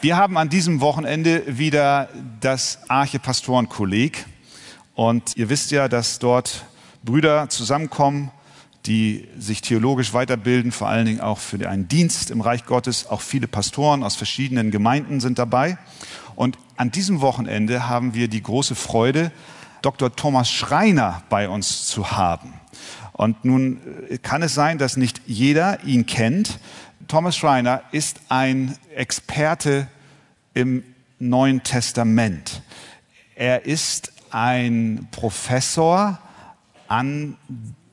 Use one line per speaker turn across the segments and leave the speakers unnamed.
Wir haben an diesem Wochenende wieder das Arche Pastorenkolleg. Und ihr wisst ja, dass dort Brüder zusammenkommen, die sich theologisch weiterbilden, vor allen Dingen auch für einen Dienst im Reich Gottes. Auch viele Pastoren aus verschiedenen Gemeinden sind dabei. Und an diesem Wochenende haben wir die große Freude, Dr. Thomas Schreiner bei uns zu haben. Und nun äh, kann es sein, dass nicht jeder ihn kennt. Thomas Schreiner ist ein Experte im Neuen Testament. Er ist ein Professor an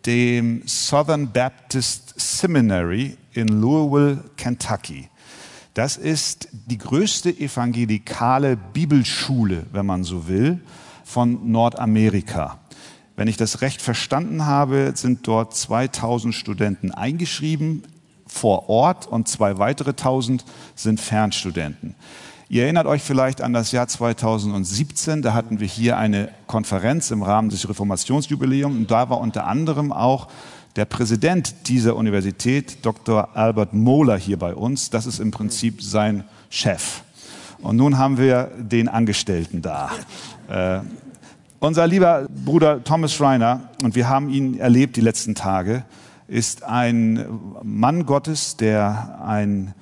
dem Southern Baptist Seminary in Louisville, Kentucky. Das ist die größte evangelikale Bibelschule, wenn man so will, von Nordamerika. Wenn ich das recht verstanden habe, sind dort 2000 Studenten eingeschrieben vor Ort und zwei weitere 1000 sind Fernstudenten. Ihr erinnert euch vielleicht an das Jahr 2017, da hatten wir hier eine Konferenz im Rahmen des Reformationsjubiläums und da war unter anderem auch der Präsident dieser Universität, Dr. Albert Mohler, hier bei uns. Das ist im Prinzip sein Chef. Und nun haben wir den Angestellten da. Äh, unser lieber Bruder Thomas Schreiner, und wir haben ihn erlebt die letzten Tage, ist ein Mann Gottes, der ein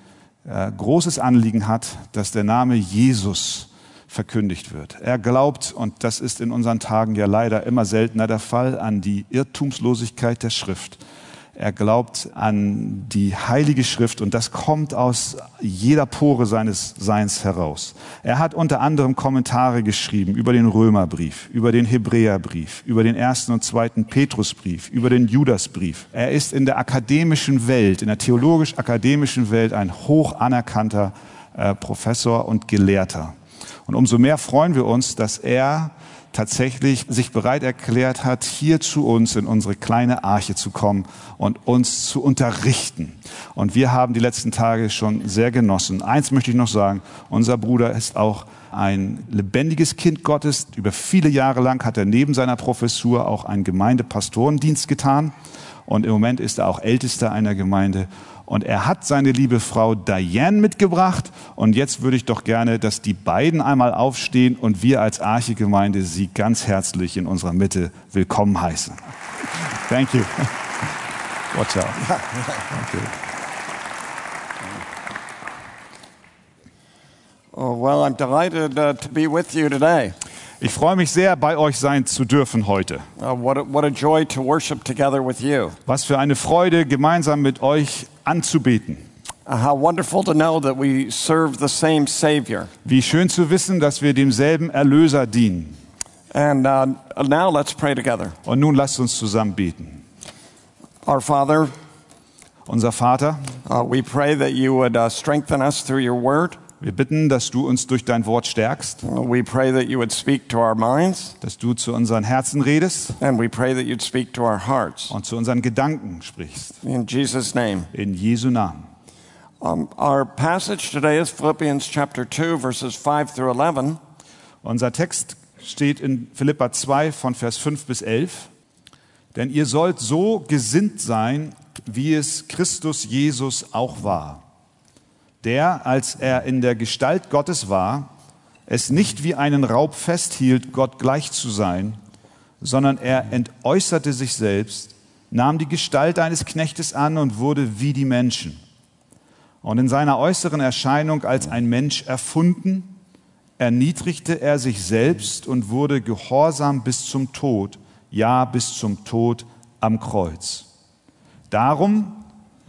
äh, großes Anliegen hat, dass der Name Jesus verkündigt wird. Er glaubt, und das ist in unseren Tagen ja leider immer seltener der Fall, an die Irrtumslosigkeit der Schrift. Er glaubt an die Heilige Schrift und das kommt aus jeder Pore seines Seins heraus. Er hat unter anderem Kommentare geschrieben über den Römerbrief, über den Hebräerbrief, über den ersten und zweiten Petrusbrief, über den Judasbrief. Er ist in der akademischen Welt, in der theologisch-akademischen Welt ein hoch anerkannter äh, Professor und Gelehrter. Und umso mehr freuen wir uns, dass er tatsächlich sich bereit erklärt hat, hier zu uns in unsere kleine Arche zu kommen und uns zu unterrichten. Und wir haben die letzten Tage schon sehr genossen. Eins möchte ich noch sagen, unser Bruder ist auch ein lebendiges Kind Gottes. Über viele Jahre lang hat er neben seiner Professur auch einen Gemeindepastorendienst getan. Und im Moment ist er auch Ältester einer Gemeinde. Und er hat seine liebe Frau Diane mitgebracht. Und jetzt würde ich doch gerne, dass die beiden einmal aufstehen und wir als Arche-Gemeinde sie ganz herzlich in unserer Mitte willkommen heißen. Thank you. Watch out. Okay.
Oh, well, I'm delighted uh, to be with you today.
Ich freue mich sehr, bei euch sein zu dürfen heute.
Uh, what, a, what a joy to worship together with you.
Was für eine Freude, gemeinsam mit euch anzubeten.
Uh, how wonderful to know that we serve the same Savior.
Wie schön zu wissen, dass wir demselben Erlöser dienen.
And uh, now let's pray together.
Und nun lasst uns zusammen beten.
Our Father,
Unser Vater,
uh, we pray that you would uh, strengthen us through your word.
wir bitten, dass du uns durch dein Wort stärkst,
Uh, we pray that you would speak to our minds,
dass du zu unseren Herzen redest
and we pray that you'd speak to our hearts.
und zu unseren Gedanken sprichst.
In Jesus' name.
In Jesu Namen.
Um, our passage today is Philippians chapter 2, verses 5 through 11.
Unser Text steht in Philippa 2 von Vers 5 bis 11. Denn ihr sollt so gesinnt sein, wie es Christus Jesus auch war, der, als er in der Gestalt Gottes war, es nicht wie einen Raub festhielt, Gott gleich zu sein, sondern er entäußerte sich selbst, nahm die Gestalt eines Knechtes an und wurde wie die Menschen. Und in seiner äußeren Erscheinung als ein Mensch erfunden, erniedrigte er sich selbst und wurde gehorsam bis zum Tod, ja bis zum Tod am Kreuz. Darum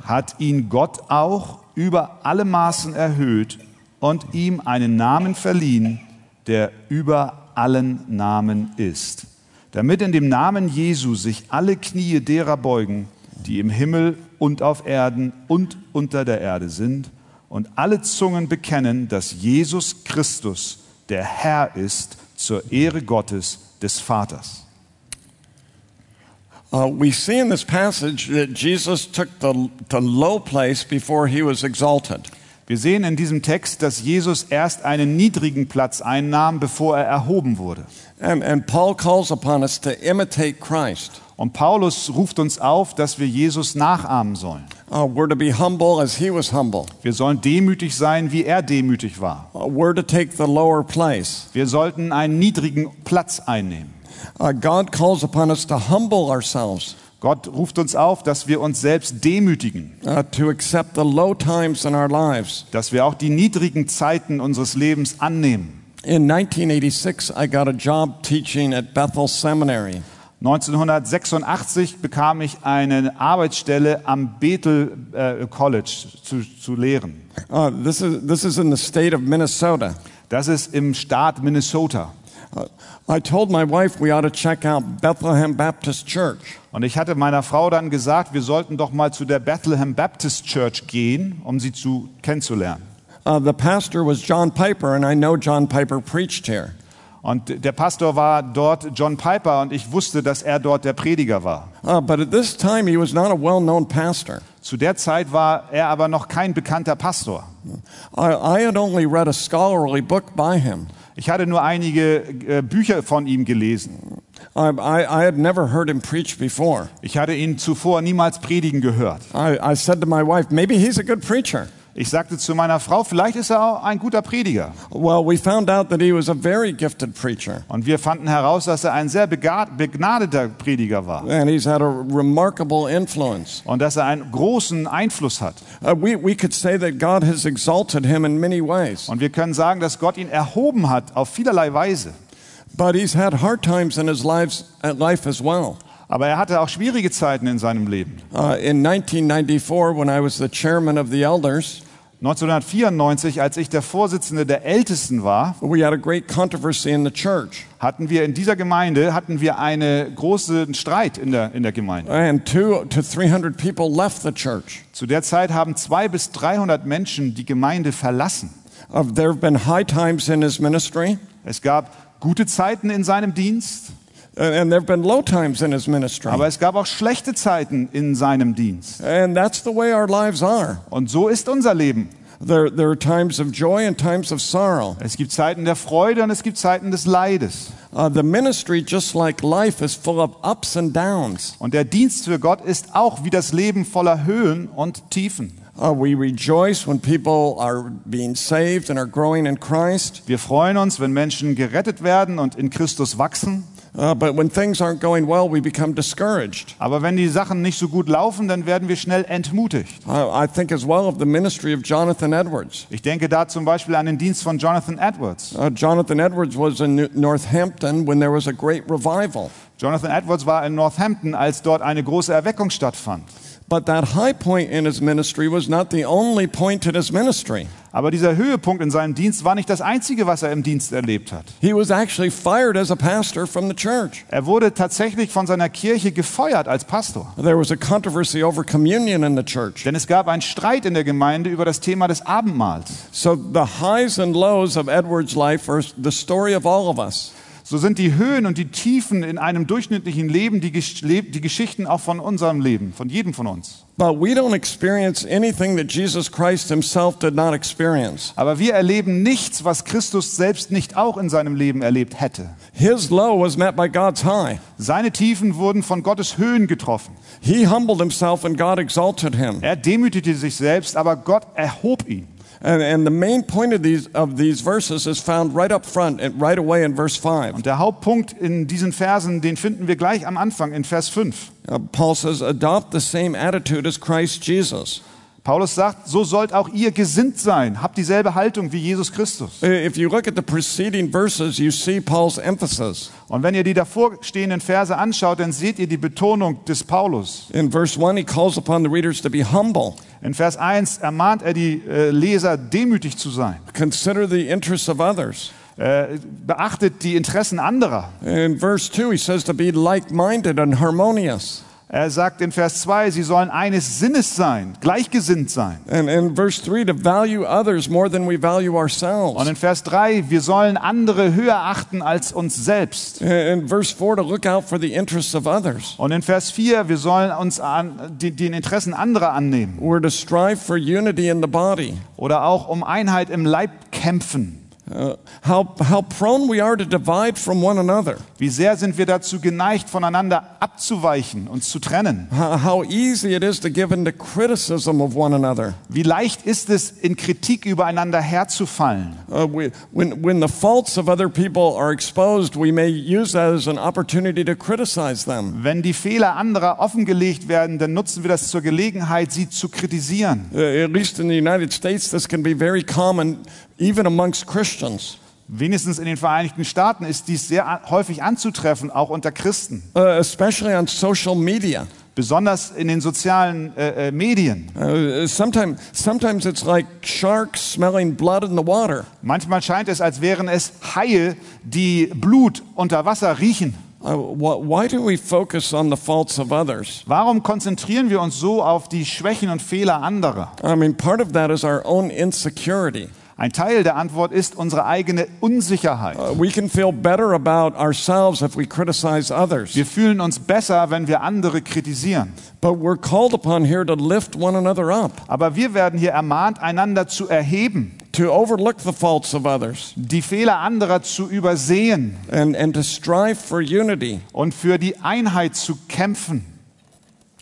hat ihn Gott auch über alle Maßen erhöht und ihm einen Namen verliehen, der über allen Namen ist, damit in dem Namen Jesu sich alle Knie derer beugen, die im Himmel und auf Erden und unter der Erde sind, und alle Zungen bekennen, dass Jesus Christus der Herr ist zur Ehre Gottes des Vaters.
Uh, we see in this passage that Jesus took the, the low place before he was exalted.
Wir sehen in diesem Text, dass Jesus erst einen niedrigen Platz einnahm, bevor er erhoben wurde.
And, and Paul calls upon us to imitate Christ.
Und Paulus ruft uns auf, dass wir Jesus nachahmen sollen.
Uh, we're to be humble as he was humble.
Wir sollen demütig sein, wie er demütig war.
Uh, we're to take the lower place.
Wir sollten einen niedrigen Platz einnehmen.
Uh, God calls upon us to humble ourselves,
Gott ruft uns auf, dass wir uns selbst demütigen,
uh, to accept the low times in our lives.
dass wir auch die niedrigen Zeiten unseres Lebens annehmen.
In 1986, I got a job teaching at Bethel Seminary.
1986 bekam ich eine Arbeitsstelle am Bethel äh, College zu, zu lehren.
Uh, this, is, this is in the state of Minnesota.
Das ist im Staat Minnesota.
Uh, I told my wife we ought to check out Bethlehem Baptist Church.
Und ich hatte meiner Frau dann gesagt, wir sollten doch mal zu der Bethlehem Baptist Church gehen, um sie zu kennenzulernen.
Uh, the pastor was John Piper, and I know John Piper preached here.
Und der Pastor war dort John Piper und ich wusste, dass er dort der Prediger war.
Uh, but at this time, he was not a well known pastor.
Zu der Zeit war er aber noch kein bekannter Pastor.
I, I had only read a scholarly book by him.
Ich hatte nur einige äh, Bücher von ihm gelesen.
I, I, I had never heard him preach before.
Ich hatte ihn zuvor niemals predigen gehört.
I, I said to my wife, maybe he's a good preacher.
Ich sagte zu meiner Frau, vielleicht ist er auch ein guter Prediger.
Well, we found out that he was a very gifted preacher,
Und wir fanden heraus, dass er ein sehr bega- begnadeter Prediger war
and he's had a remarkable influence.
und dass er einen großen Einfluss hat.
Uh, we, we could say that God has exalted him in many ways,
Und wir können sagen, dass Gott ihn erhoben hat auf vielerlei Weise.
but he's had hard times in his lives, uh, life as well.
Aber er hatte auch schwierige Zeiten in seinem Leben.
Uh, in 1994, when I was the chairman of the elders,
1994, als ich der Vorsitzende der Ältesten war,
we had a great controversy in the church,
hatten wir in dieser Gemeinde hatten wir einen großen Streit in der, in der Gemeinde.
and two to 300 people left the church.
Zu der Zeit haben zwei bis 300 Menschen die Gemeinde verlassen.
Uh, there have been high times in his ministry,
Es gab gute Zeiten in seinem Dienst,
and, and there have been low times in his ministry.
aber es gab auch schlechte Zeiten in seinem Dienst.
And that's the way our lives are.
Und so ist unser Leben.
There, there are times of joy and times of sorrow.
Es gibt Zeiten der Freude und es gibt Zeiten des Leides.
Uh, the ministry, just like life, is full of ups and downs.
Und der Dienst für Gott ist auch wie das Leben voller Höhen und Tiefen.
Uh, we rejoice when people are being saved and are growing in Christ.
Wir freuen uns, wenn Menschen gerettet werden und in Christus wachsen.
Uh, but when things aren't going well, we become discouraged.
Aber wenn die Sachen nicht so gut laufen, dann werden wir schnell entmutigt.
Uh, I think as well of the ministry of Jonathan Edwards.
Ich denke da zum Beispiel an den Dienst von Jonathan Edwards.
Uh, Jonathan Edwards was in New- Northampton when there was a great revival.
Jonathan Edwards war in Northampton, als dort eine große Erweckung stattfand.
But that high point in his ministry was not the only point in his ministry.
Aber dieser Höhepunkt in seinem Dienst war nicht das Einzige, was er im Dienst erlebt hat.
He was actually fired as a pastor from the church.
Er wurde tatsächlich von seiner Kirche gefeuert als Pastor.
There was a controversy over communion in the church.
Denn es gab einen Streit in der Gemeinde über das Thema des Abendmahls.
So the highs and lows of Edward's life are the story of all of us.
So sind die Höhen und die Tiefen in einem durchschnittlichen Leben die, Gesch leb- die Geschichten auch von unserem Leben, von jedem von uns.
But we don't experience anything that Jesus Christ himself did not experience.
Aber wir erleben nichts, was Christus selbst nicht auch in seinem Leben erlebt hätte.
His low was met by God's high.
Seine Tiefen wurden von Gottes Höhen getroffen.
He humbled himself and God exalted him.
Er demütigte sich selbst, aber Gott erhob ihn.
And, and the main point of these, of these verses is found right up front, and right away in verse 5.
Und der Hauptpunkt in diesen Versen, den finden wir gleich am Anfang in Vers 5.
Uh, Paul says, Adopt the same attitude as Christ Jesus.
Paulus sagt, so sollt auch ihr gesinnt sein, habt dieselbe Haltung wie Jesus Christus.
If you look at the preceding verses, you see Paul's emphasis.
Und wenn ihr die davorstehenden Verse anschaut, dann seht ihr die Betonung des Paulus.
In verse 1, he calls upon the readers to be humble.
In Vers 1 ermahnt er die äh, Leser, demütig zu sein.
Consider the interests of others.
Äh, beachtet die Interessen anderer.
In verse 2, he says to be like minded and harmonious.
Er sagt in Vers 2, sie sollen eines Sinnes sein, gleichgesinnt sein.
And in verse 3, to value others more than we value
Und
ourselves.
in Vers 3, wir sollen andere höher achten als uns selbst.
In verse 4, to look out for the interests of others.
Und in Vers 4, wir sollen uns an, die, den Interessen anderer annehmen
We're to strive for unity in the body.
oder auch um Einheit im Leib kämpfen.
uh, how, how prone we are to divide from one another,
Wie sehr sind wir dazu geneigt, voneinander abzuweichen, uns zu trennen?
how, how easy it is to give into criticism of one another.
Wie leicht ist es, in Kritik übereinander herzufallen?
Uh, we, when, when the faults of other people are exposed, we may use that as an opportunity to criticize them.
Wenn die Fehler anderer offengelegt werden, dann nutzen wir das zur Gelegenheit, sie zu kritisieren.
Uh, at least in the United States, this can be very common, even amongst Christians.
Wenigstens in den Vereinigten Staaten ist dies sehr a- häufig anzutreffen, auch unter Christen,
uh, especially on social media.
besonders in den sozialen äh, äh, Medien.
Uh, sometimes, sometimes it's like sharks smelling blood in the water.
Manchmal scheint es, als wären es Haie, die Blut unter Wasser riechen.
Uh, wh- why do we focus on the faults of others?
Warum konzentrieren wir uns so auf die Schwächen und Fehler anderer?
I mean, part of that is our own insecurity.
Ein Teil der Antwort ist unsere eigene Unsicherheit.
Uh, we can feel better about ourselves if we criticize others,
Wir fühlen uns besser, wenn wir andere kritisieren.
but we're called upon here to lift one another up,
Aber wir werden hier ermahnt, einander zu erheben,
to overlook the faults of others,
die Fehler anderer zu übersehen
and, and to strive for unity.
und für die Einheit zu kämpfen.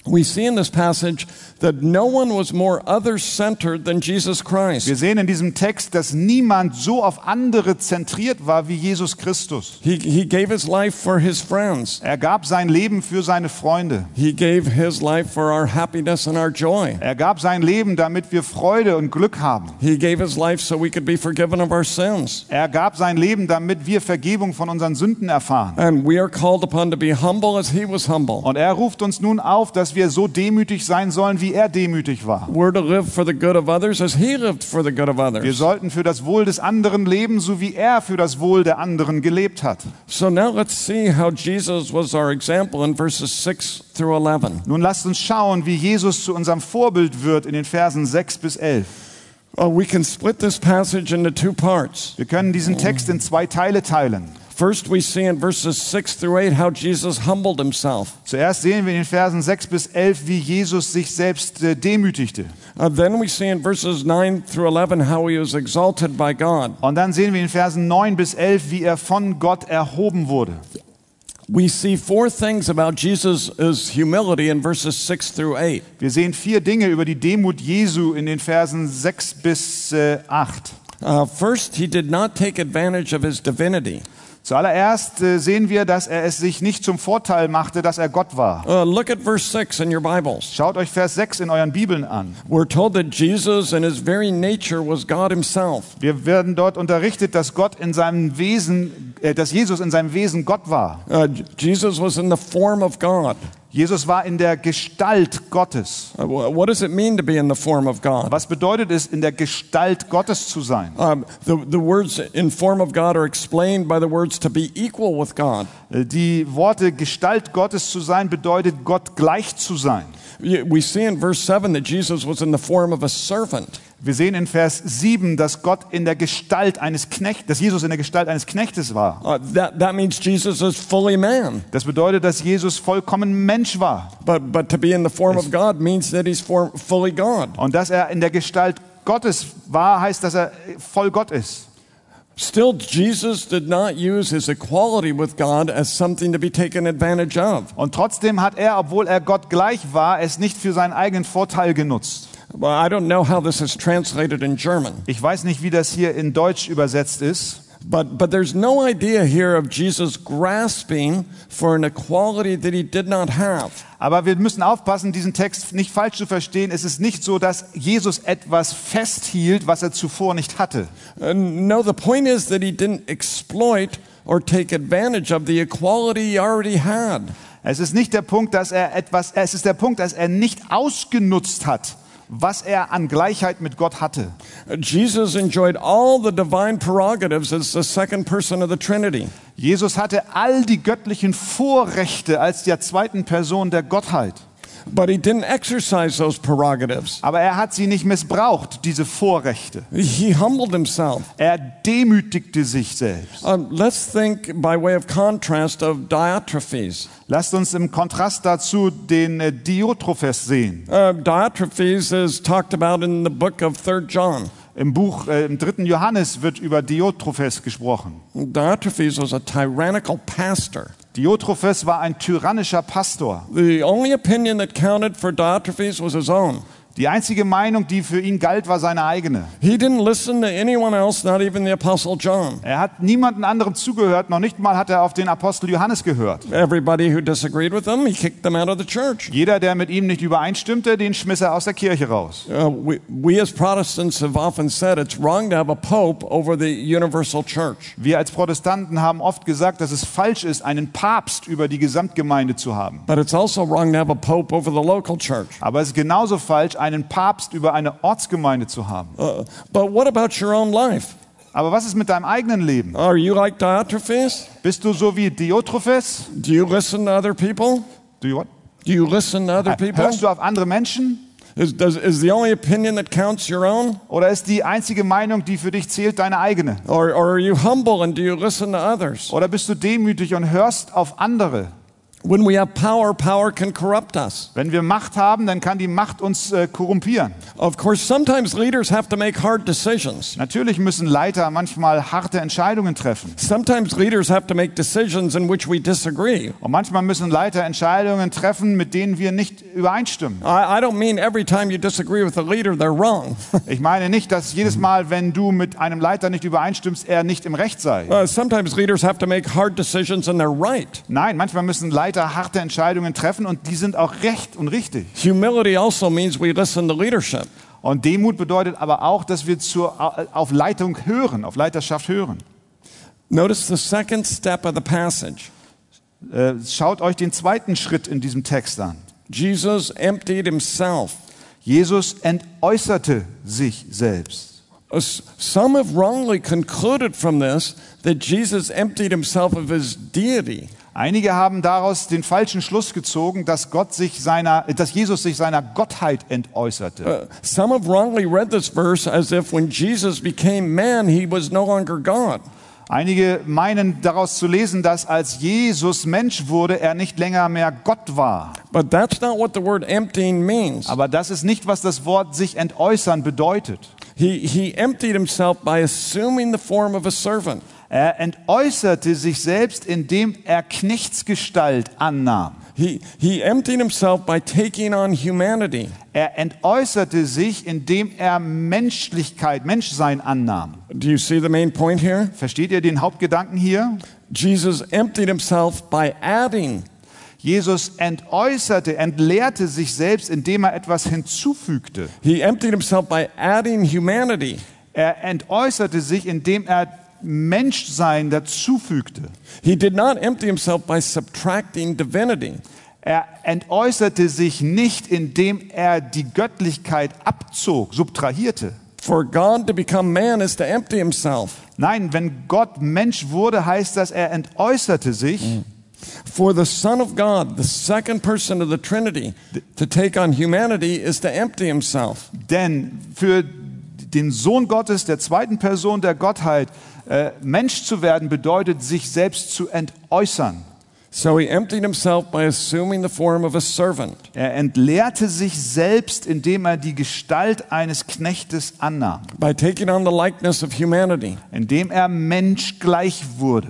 We see in this passage that no one was more other centered than Jesus Christ.
Wir sehen in diesem Text, dass niemand so auf andere zentriert war wie Jesus Christus.
He, he gave his life for his friends.
Er gab sein Leben für seine Freunde.
He gave his life for our happiness and our joy.
Er gab sein Leben, damit wir Freude und Glück haben.
He gave his life so we could be forgiven of our sins.
Er gab sein Leben, damit wir Vergebung von unseren Sünden erfahren.
And we are called upon to be humble as he was humble.
Und er ruft uns nun auf, dass wir so demütig sein sollen, wie er demütig war.
We're to live for the good of others as he lived for the good of
Wir
others.
sollten für das Wohl des anderen leben, so wie er für das Wohl der anderen gelebt hat.
So now let's see how Jesus was our example in verses 6 through 11.
Nun lasst uns schauen, wie Jesus zu unserem Vorbild wird in den Versen 6 bis 11.
Uh, we can split this passage into two parts.
Wir können diesen Text in zwei Teile teilen.
First, we see in verses 6 through 8 how Jesus humbled himself.
Zuerst sehen wir in den Versen 6 bis 11, wie Jesus sich selbst äh, demütigte.
Uh, then we see in verses 9 through 11 how he was exalted by God.
Und dann sehen wir in den Versen 9 bis 11, wie er von Gott erhoben wurde.
We see four things about Jesus' humility in verses 6 through 8.
Wir sehen vier Dinge über die Demut Jesu in den Versen 6 bis äh, 8.
Uh, first, he did not take advantage of his divinity.
Zuallererst äh, sehen wir, dass er es sich nicht zum Vorteil machte, dass er Gott war.
Uh, look at verse 6 in your Bibles.
Schaut euch Vers 6 in euren Bibeln an.
We're told that Jesus, in his very nature, was God himself.
Wir werden dort unterrichtet, dass Gott in seinem Wesen, äh, dass Jesus in seinem Wesen Gott war.
Uh, J- Jesus was in the form of God.
Jesus war in der Gestalt Gottes.
Uh, wh- what does it mean to be in the form of God?
Was bedeutet es, in der Gestalt Gottes zu sein?
Um, the, the words in form of God are explained by the words to be equal with God.
Äh, Die Worte Gestalt Gottes zu sein bedeutet Gott gleich zu sein.
Y- We see in verse 7 that Jesus was in the form of a servant.
Wir sehen in Vers 7, dass Gott in der Gestalt eines Knecht, dass Jesus in der Gestalt eines Knechtes war.
Uh, that, that means Jesus is fully man.
Das bedeutet, dass Jesus vollkommen Mensch war
But, but to be in the form of God means that he's form, fully God.
und dass er in der Gestalt Gottes war, heißt, dass er voll Gott ist.
Still, Jesus did not use his equality with God as something to be taken advantage of.
Und trotzdem hat er, obwohl er Gott gleich war, es nicht für seinen eigenen Vorteil genutzt.
Well, I don't know how this is translated in German,
Ich weiß nicht, wie das hier in Deutsch übersetzt ist,
but, but there's no idea here of Jesus grasping for an equality that he did not have.
aber wir müssen aufpassen, diesen Text nicht falsch zu verstehen. Es ist nicht so, dass Jesus etwas festhielt, was er zuvor nicht hatte.
Uh, no, the point is that he didn't exploit or take advantage of the equality he already had.
Es ist nicht der Punkt, dass er etwas, es ist der Punkt, dass er nicht ausgenutzt hat, was er an Gleichheit mit Gott hatte.
Uh, Jesus enjoyed all the divine prerogatives as the second person of the Trinity.
Jesus hatte all die göttlichen Vorrechte als der zweiten Person der Gottheit.
But he didn't exercise those prerogatives.
Aber er hat sie nicht missbraucht, diese Vorrechte.
He humbled himself.
Er demütigte sich selbst.
Um, let's think by way of contrast of Diotrephes.
Lasst uns im Kontrast dazu den äh, Diotrephes sehen.
Uh, Diotrephes is talked about in the book of 3 John.
Im Buch, äh, im dritten Johannes wird über Diotrephes gesprochen.
Diotrephes was a tyrannical pastor.
Diotrephes war ein tyrannischer Pastor.
The only opinion that counted for Diotrephes was his own.
Die einzige Meinung, die für ihn galt, war seine eigene.
He didn't listen to anyone else, not even the Apostle John.
Er hat niemandem anderem zugehört, noch nicht mal hat er auf den Apostel Johannes gehört.
Everybody who disagreed with him, he kicked them out of the church.
Jeder, der mit ihm nicht übereinstimmte, den schmiss er aus der Kirche raus.
Uh, we, we as Protestants have often said it's wrong to have a pope over the universal church.
Wir als Protestanten haben oft gesagt, dass es falsch ist, einen Papst über die Gesamtgemeinde zu haben.
But it's also wrong to have a pope over the local church.
Aber es ist genauso falsch, einen Papst über eine Ortsgemeinde zu haben.
Uh, but what about your own life?
Aber was ist mit deinem eigenen Leben?
Are you like Diotrephes?
Bist du so wie Diotrephes?
Do you listen to other people?
Do you what?
Do you listen to other people?
Äh, Hörst du auf andere Menschen?
Is, does, is the only opinion that counts your own?
Oder ist die einzige Meinung, die für dich zählt, deine eigene?
Or, or are you humble and do you listen to others?
Oder bist du demütig und hörst auf andere?
When we have power, power can corrupt us.
Wenn wir Macht haben, dann kann die Macht uns äh, korrumpieren.
Of course, sometimes leaders have to make hard decisions.
Natürlich müssen Leiter manchmal harte Entscheidungen treffen.
Sometimes leaders have to make decisions in which we disagree.
Und manchmal müssen Leiter Entscheidungen treffen, mit denen wir nicht übereinstimmen.
I, I don't mean every time you disagree with a leader, they're wrong.
Ich meine nicht, dass jedes Mal, wenn du mit einem Leiter nicht übereinstimmst, er nicht im Recht sei.
Uh, sometimes leaders have to make hard decisions and they're right.
Nein, manchmal müssen Leiter harte Entscheidungen treffen und die sind auch recht und richtig.
Humility also means we listen to leadership.
Und Demut bedeutet aber auch, dass wir zur, äh, auf Leitung hören, auf Leiterschaft hören.
Notice the second step of the passage
Äh, Schaut euch den zweiten Schritt in diesem Text an.
Jesus emptied himself.
Jesus entäußerte sich selbst.
Us- Uh, Some have wrongly concluded from this that Jesus emptied himself of his deity.
Einige haben daraus den falschen Schluss gezogen, dass Gott sich seiner, dass Jesus sich seiner Gottheit entäußerte.
Uh, Some have wrongly read this verse as if when Jesus became man, he was no longer God.
Einige meinen daraus zu lesen, dass als Jesus Mensch wurde, er nicht länger mehr Gott war.
But that's not what the word emptying means.
Aber das ist nicht, was das Wort sich entäußern bedeutet.
He, he emptied himself by assuming the form of a servant.
Er entäußerte sich selbst, indem er Knechtsgestalt annahm.
He, he emptied himself by taking on humanity.
Er entäußerte sich, indem er Menschlichkeit, Menschsein annahm.
Do you see the main point here?
Versteht ihr den Hauptgedanken hier?
Jesus emptied himself by adding.
Jesus entäußerte, entleerte sich selbst, indem er etwas hinzufügte.
He emptied himself by adding humanity.
Er entäußerte sich, indem er Menschsein dazufügte.
He did not empty himself by subtracting divinity.
Er entäußerte sich nicht, indem er die Göttlichkeit abzog, subtrahierte.
For God to become man is to empty himself.
Nein, wenn Gott Mensch wurde, heißt das, er entäußerte sich.
For the Son of God, the second person of the Trinity, to take on humanity is to empty himself.
Denn für den Sohn Gottes, der zweiten Person der Gottheit, äh, Mensch zu werden, bedeutet, sich selbst zu entäußern.
So he emptied himself by assuming the form of a servant.
Er entleerte sich selbst, indem er die Gestalt eines Knechtes annahm,
by taking on the likeness of humanity,
indem er Mensch gleich wurde,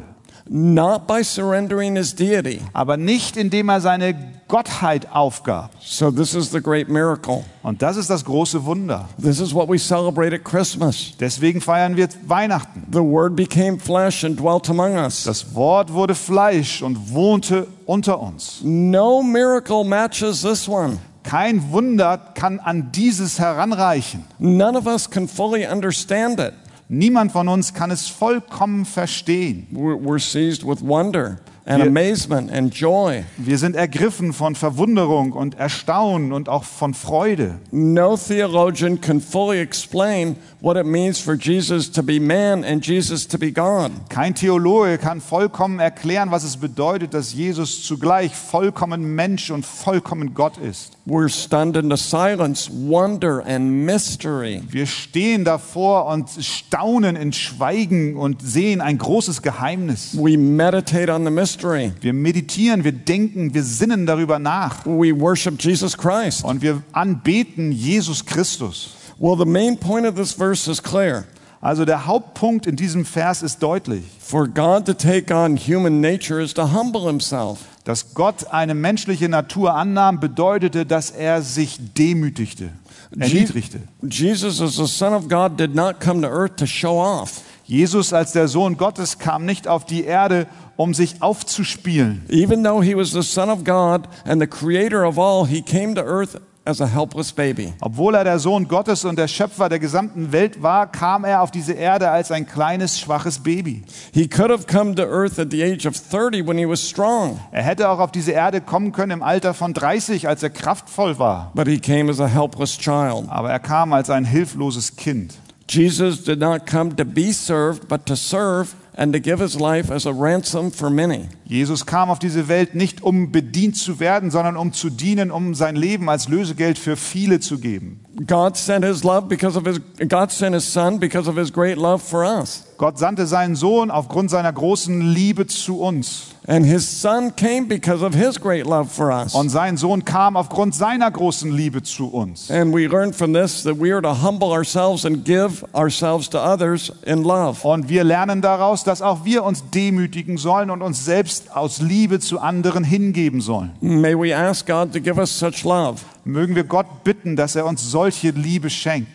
not by surrendering his deity.
aber nicht indem er seine Gottheit aufgab.
So, this is the great miracle.
Und das ist das große Wunder.
This is what we celebrate at Christmas.
Deswegen feiern wir Weihnachten.
The Word became flesh and dwelt among us.
Das Wort wurde Fleisch und wohnte unter uns.
No miracle matches this one.
Kein Wunder kann an dieses heranreichen.
None of us can fully understand it.
Niemand von uns kann es vollkommen verstehen.
We're, we're seized with wonder and
Yeah.
amazement and joy.
Wir sind ergriffen von Verwunderung und Erstaunen und auch von Freude.
No theologian can fully explain what it means for Jesus to be man and Jesus to be God.
Kein Theologe kann vollkommen erklären, was es bedeutet, dass Jesus zugleich vollkommen Mensch und vollkommen Gott ist.
We're stunned into silence, wonder, and mystery.
Wir stehen davor und staunen in Schweigen und sehen ein großes Geheimnis.
We meditate on the mystery.
Wir meditieren, wir denken, wir sinnen darüber nach
We worship Jesus Christ.
und wir anbeten Jesus Christus.
Well, the main point of this verse is clear.
Also der Hauptpunkt in diesem Vers ist deutlich,
For God to take on human nature is to humble himself.
dass Gott eine menschliche Natur annahm, bedeutete, dass er sich demütigte, erniedrigte.
Jesus, as the Son of God, did not come to earth to show off.
Jesus als der Sohn Gottes kam nicht auf die Erde, um sich aufzuspielen.
Even though he was the Son of God and the creator of all, he came to earth as a helpless baby.
Obwohl er der Sohn Gottes und der Schöpfer der gesamten Welt war, kam er auf diese Erde als ein kleines, schwaches Baby.
He could have come to earth at the age of 30 when he was strong,
Er hätte auch auf diese Erde kommen können im Alter von 30, als er kraftvoll war.
but he came as a helpless child.
Aber er kam als ein hilfloses Kind.
Jesus did not come to be served, but to serve and to give his life as a ransom for many.
Jesus kam auf diese Welt nicht, um bedient zu werden, sondern um zu dienen, um sein Leben als Lösegeld für viele zu geben.
God sent his love because of his God sent his son because of his great love for us.
Gott sandte seinen Sohn aufgrund seiner großen Liebe zu uns.
And his son came because of his great love for us.
Und sein Sohn kam aufgrund seiner großen Liebe zu uns.
And we learn from this that we are to humble ourselves and give ourselves to others in love.
Und wir lernen daraus, dass auch wir uns demütigen sollen und uns selbst aus Liebe zu anderen hingeben sollen.
May we ask God to give us such love.
Mögen wir Gott bitten, dass er uns solche Liebe schenkt.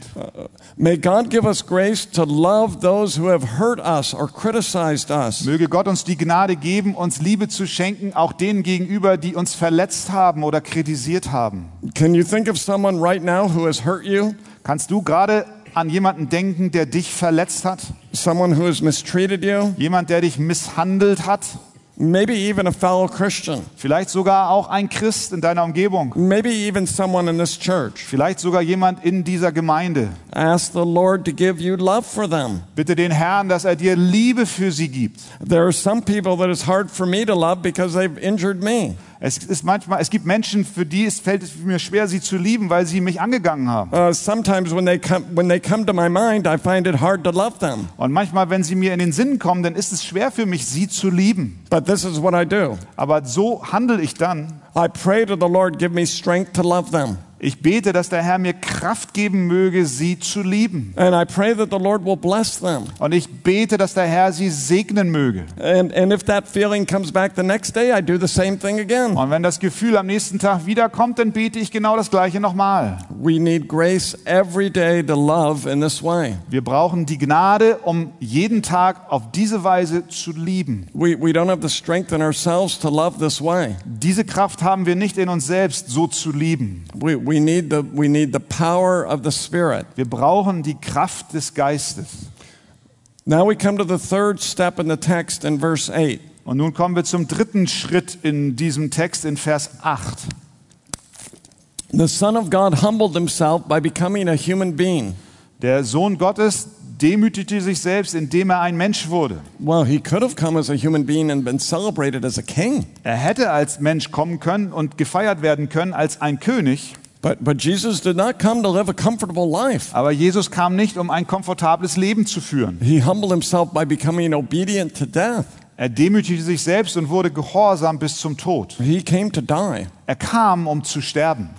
May God give us grace to love those who have hurt us or criticized us.
Möge Gott uns die Gnade geben, uns Liebe zu schenken, auch denen gegenüber, die uns verletzt haben oder kritisiert haben.
Can you think of someone right now who has hurt you?
Kannst du gerade an jemanden denken, der dich verletzt hat?
Someone who has mistreated you?
Jemand, der dich misshandelt hat?
Maybe even a fellow Christian.
Vielleicht sogar auch ein Christ in deiner Umgebung?
Maybe even someone in this church.
Vielleicht sogar jemand in dieser Gemeinde?
Ask the Lord to give you love for them.
Bitte den Herrn, dass er dir Liebe für sie gibt.
There are some people that it's hard for me to love because they've injured me.
Es ist manchmal, es gibt Menschen, für die es fällt es mir schwer, sie zu lieben, weil sie mich angegangen haben.
Uh, sometimes when they come when they come to my mind, I find it hard to love them.
Und manchmal, wenn sie mir in den Sinn kommen, dann ist es schwer für mich, sie zu lieben.
But this is what I do.
Aber so handle ich dann.
I pray to the Lord, give me strength to love them,
Ich bete, dass der Herr mir Kraft geben möge, sie zu lieben.
and I pray that the Lord will bless them.
Und ich bete, dass der Herr sie segnen möge.
And and if that feeling comes back the next day, I do the same thing again.
Und wenn das Gefühl am nächsten Tag wiederkommt, dann bete ich genau das Gleiche nochmal.
We need grace every day to love in this way.
Wir brauchen die Gnade, um jeden Tag auf diese Weise zu lieben.
We we don't have the strength in ourselves to love this way.
Diese Kraft haben wir nicht in uns selbst, so zu lieben.
We we need the we need the power of the Spirit.
Wir brauchen die Kraft des Geistes.
Now we come to the third step in the text in verse eight.
Und nun kommen wir zum dritten Schritt in diesem Text in Vers 8.
The Son of God humbled himself by becoming a human being.
Der Sohn Gottes demütigte sich selbst, indem er ein Mensch wurde.
Well, he could have come as a human being and been celebrated as a king.
Er hätte als Mensch kommen können und gefeiert werden können als ein König,
But, but Jesus did not come to live a comfortable life.
aber Jesus kam nicht, um ein komfortables Leben zu führen.
He humbled himself by becoming obedient to death.
Er demütigte sich selbst und wurde gehorsam bis zum Tod.
He came to die.
Er kam, um zu sterben.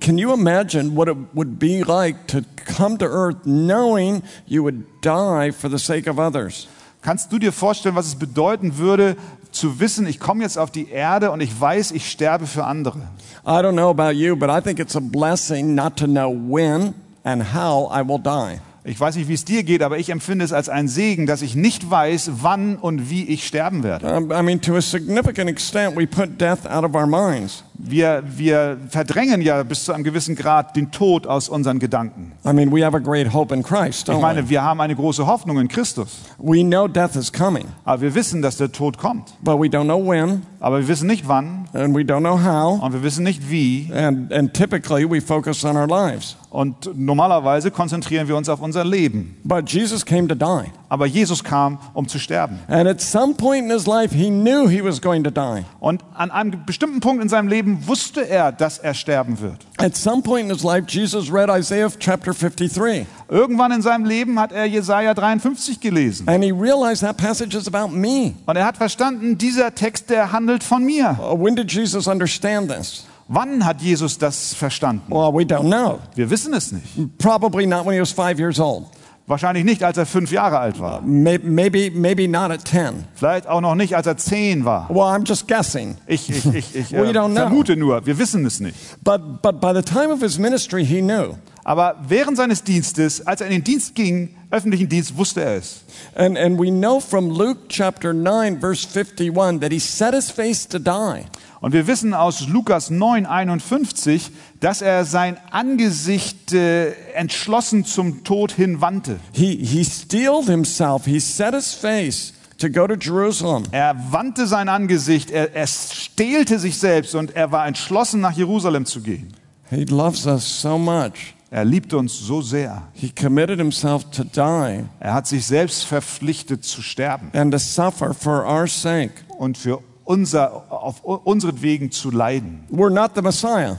Can you imagine what it would be like to come to earth knowing you would die for the sake of others?
Kannst du dir vorstellen, was es bedeuten würde, zu wissen, ich komme jetzt auf die Erde und ich weiß, ich sterbe für andere?
I don't know about you, but I think it's a blessing not to know when and how I will die.
Ich weiß nicht, wie es dir geht, aber ich empfinde es als einen Segen, dass ich nicht weiß, wann und wie ich sterben werde.
Um, I mean, to a significant extent, we put death out of our minds.
Wir, wir verdrängen ja bis zu einem gewissen Grad den Tod aus unseren Gedanken.
I mean, we have a great hope in Christ,
Ich
don't
meine, wir haben eine große Hoffnung in Christus.
we? We know death is coming,
Aber wir wissen, dass der Tod kommt.
but we don't know when,
Aber wir wissen nicht wann
and we don't know how,
und wir wissen nicht wie.
and, and typically we focus on our lives.
Und normalerweise konzentrieren wir uns auf unser Leben.
But Jesus came to die.
Aber Jesus kam, um zu sterben.
And at some point in his life, he knew he was going to die.
Und an einem bestimmten Punkt in seinem Leben wusste er, dass er sterben wird.
At some point in his life, Jesus read Isaiah chapter 53,
Irgendwann in seinem Leben hat er Jesaja 53 gelesen.
and he realized that passage is about me.
Und er hat verstanden, dieser Text, der handelt von mir.
Uh, When did Jesus understand this?
Wann hat Jesus das verstanden?
Well, we don't know.
Wir wissen es nicht.
Probably not when he was five years old.
Wahrscheinlich nicht, als er fünf Jahre alt war.
May- Maybe, maybe not at 10.
Vielleicht auch noch nicht, als er zehn war.
Well, I'm just guessing.
Ich, ich, ich, ich
We
äh,
don't know.
vermute nur, wir wissen es nicht.
But, but by the time of his ministry, he knew.
Aber während seines Dienstes, als er in den Dienst ging, öffentlichen Dienst, wusste er es.
And, and we know from Luke chapter 9, verse 51, that he set his face to die.
Und wir wissen aus Lukas 9, 51, dass er sein Angesicht äh, entschlossen zum Tod hinwandte.
He, he steeled himself, he set his face to go to Jerusalem.
Er wandte sein Angesicht, er, er stählte sich selbst und er war entschlossen, nach Jerusalem zu gehen.
He loves us so much.
Er liebte uns so sehr.
He committed himself to die
Er hat sich selbst verpflichtet zu sterben
and to suffer for our sake.
und für unser, auf u- unseren Wegen zu leiden.
We're not the Messiah.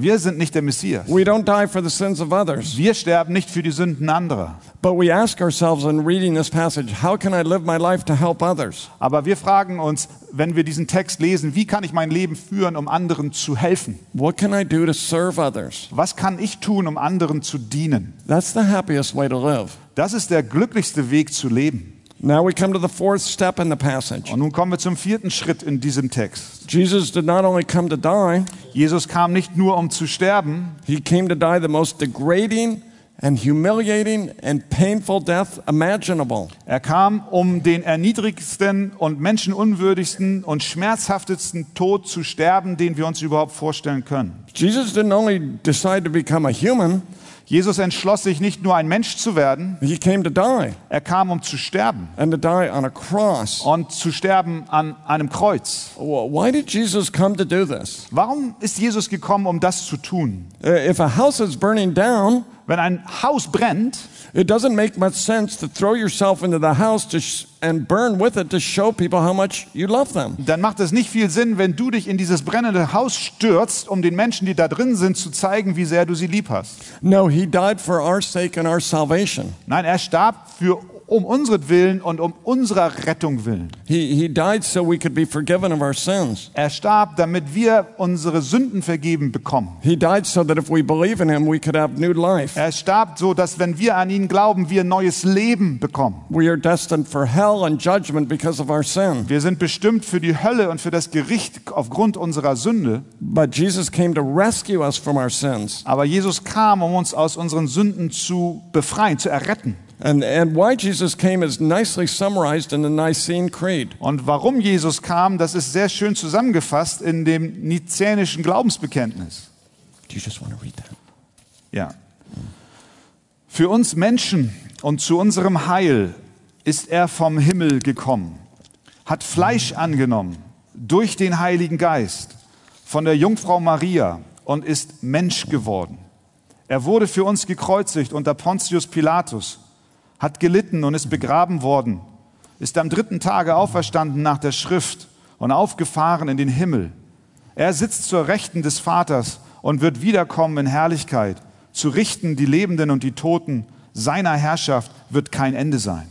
Wir sind nicht der Messias.
We don't die for the sins of others.
Wir sterben nicht für die Sünden anderer.
But we ask ourselves in reading this passage, how can I live my life to help others?
Aber wir fragen uns, wenn wir diesen Text lesen, wie kann ich mein Leben führen, um anderen zu helfen?
What can I do to serve others?
Was kann ich tun, um anderen zu dienen?
That's the happiest way to live.
Das ist der glücklichste Weg zu leben.
Now we come to the fourth step in the passage.
Und nun kommen wir zum vierten Schritt in diesem Text.
Jesus did not only come to die,
Jesus kam nicht nur, um zu sterben,
he came to die the most degrading and humiliating and painful death imaginable.
er kam, um den erniedrigsten und menschenunwürdigsten und schmerzhaftesten Tod zu sterben, den wir uns überhaupt vorstellen können.
Jesus didn't only decide to become a human,
Jesus entschloss sich nicht nur ein Mensch zu werden,
he came to die
er kam, um zu sterben
and to die on a cross.
und zu sterben an einem Kreuz.
Wh- Why did Jesus come to do this?
Warum ist Jesus gekommen, um das zu tun?
Uh, If a house is burning down,
Wenn ein Haus brennt,
it doesn't make much sense to throw yourself into the house to sh- and burn with it to show people how much you love them.
dann macht es nicht viel Sinn, wenn du dich in dieses brennende Haus stürzt, um den Menschen, die da drin sind, zu zeigen, wie sehr du sie lieb hast.
No, he died for our sake and our salvation.
Nein, er starb für, um unseren Willen und um unserer Rettung willen.
He, he died so we could be forgiven of our sins.
Er starb, damit wir unsere Sünden vergeben bekommen.
He died so that if we believe in him, we could have new life.
Er starb so, dass wenn wir an ihn glauben, wir neues Leben bekommen.
We are destined for hell and judgment because of our sin.
Wir sind bestimmt für die Hölle und für das Gericht aufgrund unserer Sünde.
But Jesus came to rescue us from our sins.
Aber Jesus kam, um uns aus unseren Sünden zu befreien, zu erretten.
And, and why Jesus came is nicely summarized in the Nicene Creed.
Und warum Jesus kam, das ist sehr schön zusammengefasst in dem nizänischen Glaubensbekenntnis.
Do you just want to read that?
Ja. Für uns Menschen und zu unserem Heil ist er vom Himmel gekommen, hat Fleisch angenommen durch den Heiligen Geist von der Jungfrau Maria und ist Mensch geworden. Er wurde für uns gekreuzigt unter Pontius Pilatus, hat gelitten und ist begraben worden, ist am dritten Tage auferstanden nach der Schrift und aufgefahren in den Himmel. Er sitzt zur Rechten des Vaters und wird wiederkommen in Herrlichkeit, zu richten die Lebenden und die Toten. Seiner Herrschaft wird kein Ende sein.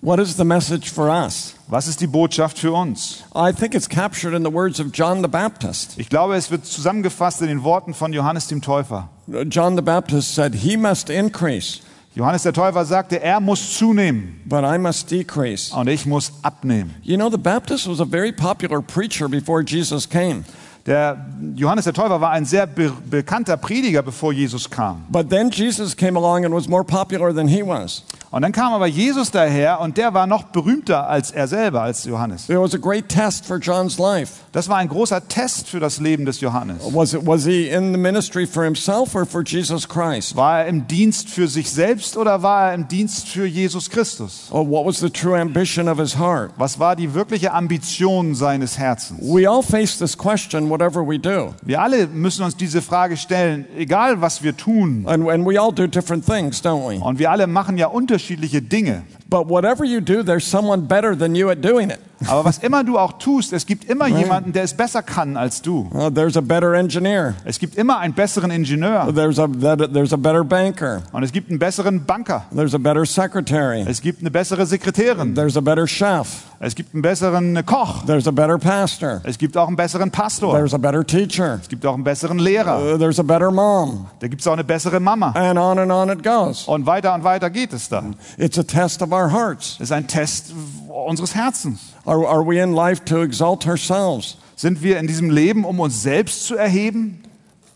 What is the message for us?
Was ist die Botschaft für uns?
I think it's captured in the words of John the Baptist.
Ich glaube, es wird zusammengefasst in den Worten von Johannes dem Täufer.
John the Baptist said, He must increase,
Johannes der Täufer sagte, er muss zunehmen
but I must decrease.
und ich muss abnehmen.
You know, the Baptist was a very popular preacher before Jesus came.
Der Johannes der Täufer war ein sehr be bekannter Prediger, bevor Jesus kam.
But then Jesus came along and was more popular than he was.
Und dann kam aber Jesus daher und der war noch berühmter als er selber, als Johannes.
It was a great test for John's life.
Das war ein großer Test für das Leben des Johannes.
Was, it, was he in the ministry for himself or for Jesus Christ?
War er im Dienst für sich selbst oder war er im Dienst für Jesus Christus?
Or what was the true ambition of his heart?
Was war die wirkliche Ambition seines Herzens?
We all face this question, whatever we do.
Wir alle müssen uns diese Frage stellen, egal was wir tun.
And, and we all do different things, don't we?
Und wir alle machen ja unterschiedliche Dinge.
But whatever you do, there's someone better than you at doing it.
Aber was immer du auch tust, es gibt immer jemanden, der es besser kann als du.
Uh, there's a better engineer.
Es gibt immer einen besseren Ingenieur
There's a, that- there's a better banker.
und es gibt einen besseren Banker.
There's a better secretary.
Es gibt eine bessere Sekretärin.
There's a better chef.
Es gibt einen besseren Koch.
There's a better pastor.
Es gibt auch einen besseren Pastor.
There's a better teacher.
Es gibt auch einen besseren Lehrer.
Uh, there's a better mom.
Da gibt es auch eine bessere Mama.
And on and on it goes.
Und weiter und weiter geht es da.
It's a test of our hearts.
Das ist ein Test unseres Herzens.
Are, are we in life to exalt ourselves?
Sind wir in diesem Leben, um uns selbst zu erheben?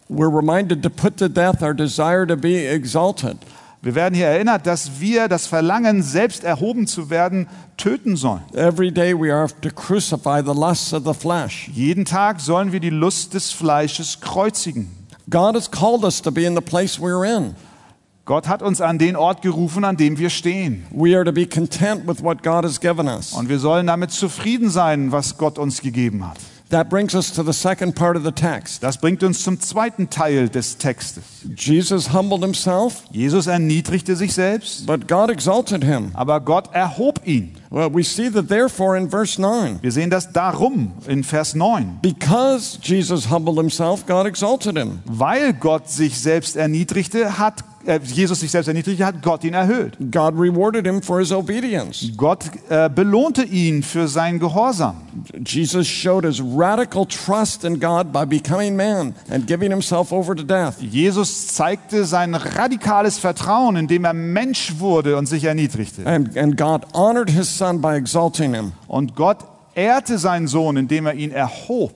We're reminded to put to death our desire to be exalted.
Wir werden hier erinnert, dass wir das Verlangen, selbst erhoben zu werden, töten sollen.
Every day we are to crucify the lusts of the flesh.
Jeden Tag sollen wir die Lust des Fleisches kreuzigen.
God has called us to be in the place we're in.
Gott hat uns an den Ort gerufen, an dem wir stehen.
We are to be content with what God has given us.
Und wir sollen damit zufrieden sein, was Gott uns gegeben hat.
That brings us to the second part of the text.
Das bringt uns zum zweiten Teil des Textes.
Jesus humbled himself,
Jesus erniedrigte sich selbst,
but God exalted him.
aber Gott erhob ihn.
Well, we see that therefore in verse 9.
Wir sehen das darum in Vers 9.
Because Jesus humbled himself, God exalted him.
Weil Gott sich selbst erniedrigte, hat äh, Jesus sich selbst erniedrigte, hat Gott ihn erhöht.
God rewarded him for his obedience.
Gott äh, belohnte ihn für sein Gehorsam.
Jesus showed his radical trust in God by becoming man and giving himself over to death.
Jesus zeigte sein radikales Vertrauen, indem er Mensch wurde und sich erniedrigte.
And, and God honored his son by exalting him.
Und Gott ehrte seinen Sohn, indem er ihn erhob.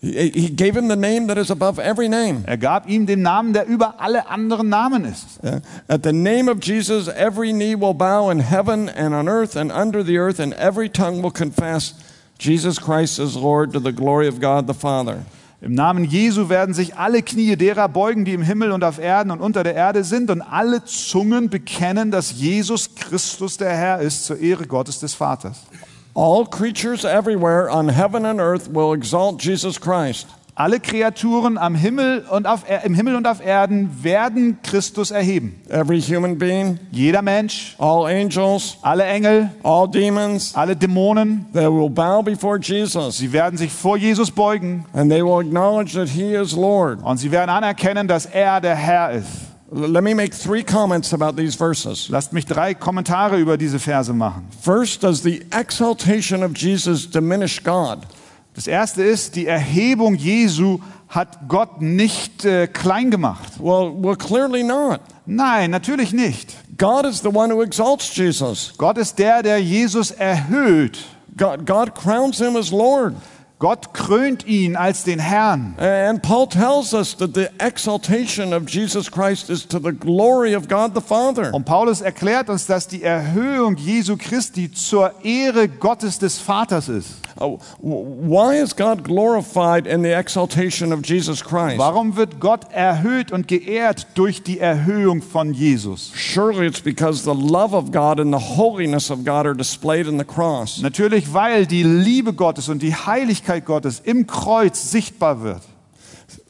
He, he gave him the name that is above every name.
Er gab ihm den Namen, der über alle anderen Namen ist.
Uh, At the name of Jesus, every knee will bow in heaven and on earth and under the earth, and every tongue will confess Jesus Christ is Lord to the glory of God the Father.
Im Namen Jesu werden sich alle Knie derer beugen, die im Himmel und auf Erden und unter der Erde sind, und alle Zungen bekennen, dass Jesus Christus der Herr ist, zur Ehre Gottes des Vaters.
All creatures everywhere on heaven and earth will exalt Jesus Christ.
Alle Kreaturen am Himmel und auf er im Himmel und auf Erden werden Christus erheben.
Every human being,
Jeder Mensch,
all angels,
alle Engel,
all demons,
alle Dämonen,
they will bow before Jesus
sie werden sich vor Jesus beugen
and they will acknowledge that he is Lord.
und sie werden anerkennen, dass er der Herr ist.
L- Let me make three comments about these verses.
Lasst mich drei Kommentare über diese Verse machen.
First, does the exaltation of Jesus diminish God?
Das erste ist, die Erhebung Jesu hat Gott nicht äh, klein gemacht.
Well, well, clearly not.
Nein, natürlich nicht.
God is the one who exalts Jesus.
Gott ist der, der Jesus erhöht.
God, God crowns him as Lord.
Gott krönt ihn als den Herrn.
And Paul tells us that the exaltation of Jesus Christ is to the glory of God the Father.
Und Paulus erklärt uns, dass die Erhöhung Jesu Christi zur Ehre Gottes des Vaters ist.
Oh, w- Why is God glorified in the exaltation of Jesus Christ?
Warum wird Gott erhöht und geehrt durch die Erhöhung von Jesus?
Surely it's because the love of God and the holiness of God are displayed in the cross.
Natürlich, weil die Liebe Gottes und die Heiligkeit Gottes im Kreuz sichtbar wird.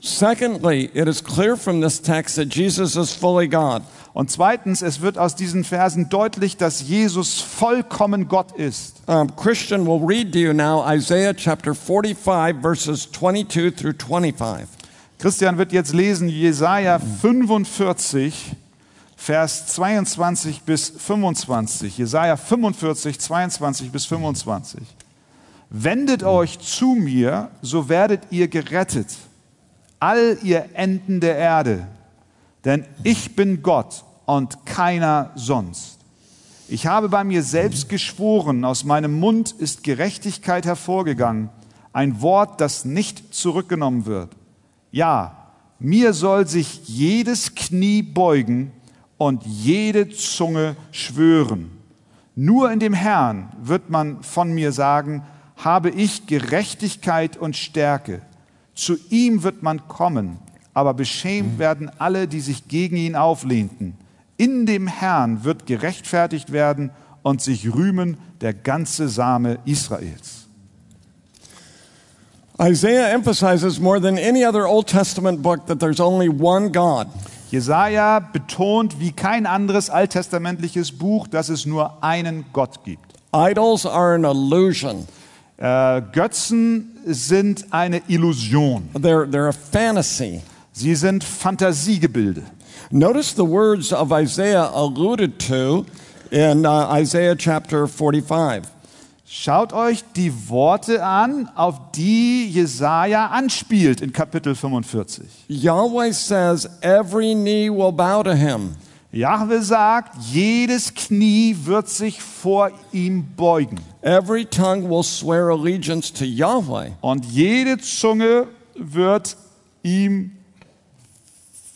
Secondly, it is clear from this text that Jesus is fully God.
Und zweitens, es wird aus diesen Versen deutlich, dass Jesus vollkommen Gott ist.
Um, Christian will read to you now Isaiah chapter 45, verses 22 through 25.
Christian wird jetzt lesen Jesaja 45, Vers 22 bis 25. Jesaja 45, 22 bis 25. Wendet euch zu mir, so werdet ihr gerettet, all ihr Enden der Erde. Denn ich bin Gott und keiner sonst. Ich habe bei mir selbst geschworen, aus meinem Mund ist Gerechtigkeit hervorgegangen, ein Wort, das nicht zurückgenommen wird. Ja, mir soll sich jedes Knie beugen und jede Zunge schwören. Nur in dem Herrn wird man von mir sagen, habe ich Gerechtigkeit und Stärke. Zu ihm wird man kommen, aber beschämt werden alle, die sich gegen ihn auflehnten. In dem Herrn wird gerechtfertigt werden und sich rühmen der ganze Same Israels.
Isaiah emphasizes more than any other Old Testament book that there's only one God.
Jesaja betont wie kein anderes alttestamentliches Buch, dass es nur einen Gott gibt.
Idols are an illusion,
Äh, Götzen sind eine Illusion.
they're, they're a fantasy.
Sie sind Fantasiegebilde.
Notice the words of Isaiah alluded to in uh, Isaiah chapter 45.
Schaut euch die Worte an, auf die Jesaja anspielt in Kapitel 45.
Yahweh says, Every knee will bow to him.
Jahwe sagt, jedes Knie wird sich vor ihm beugen
Every tongue will swear allegiance to Yahweh.
und jede Zunge wird ihm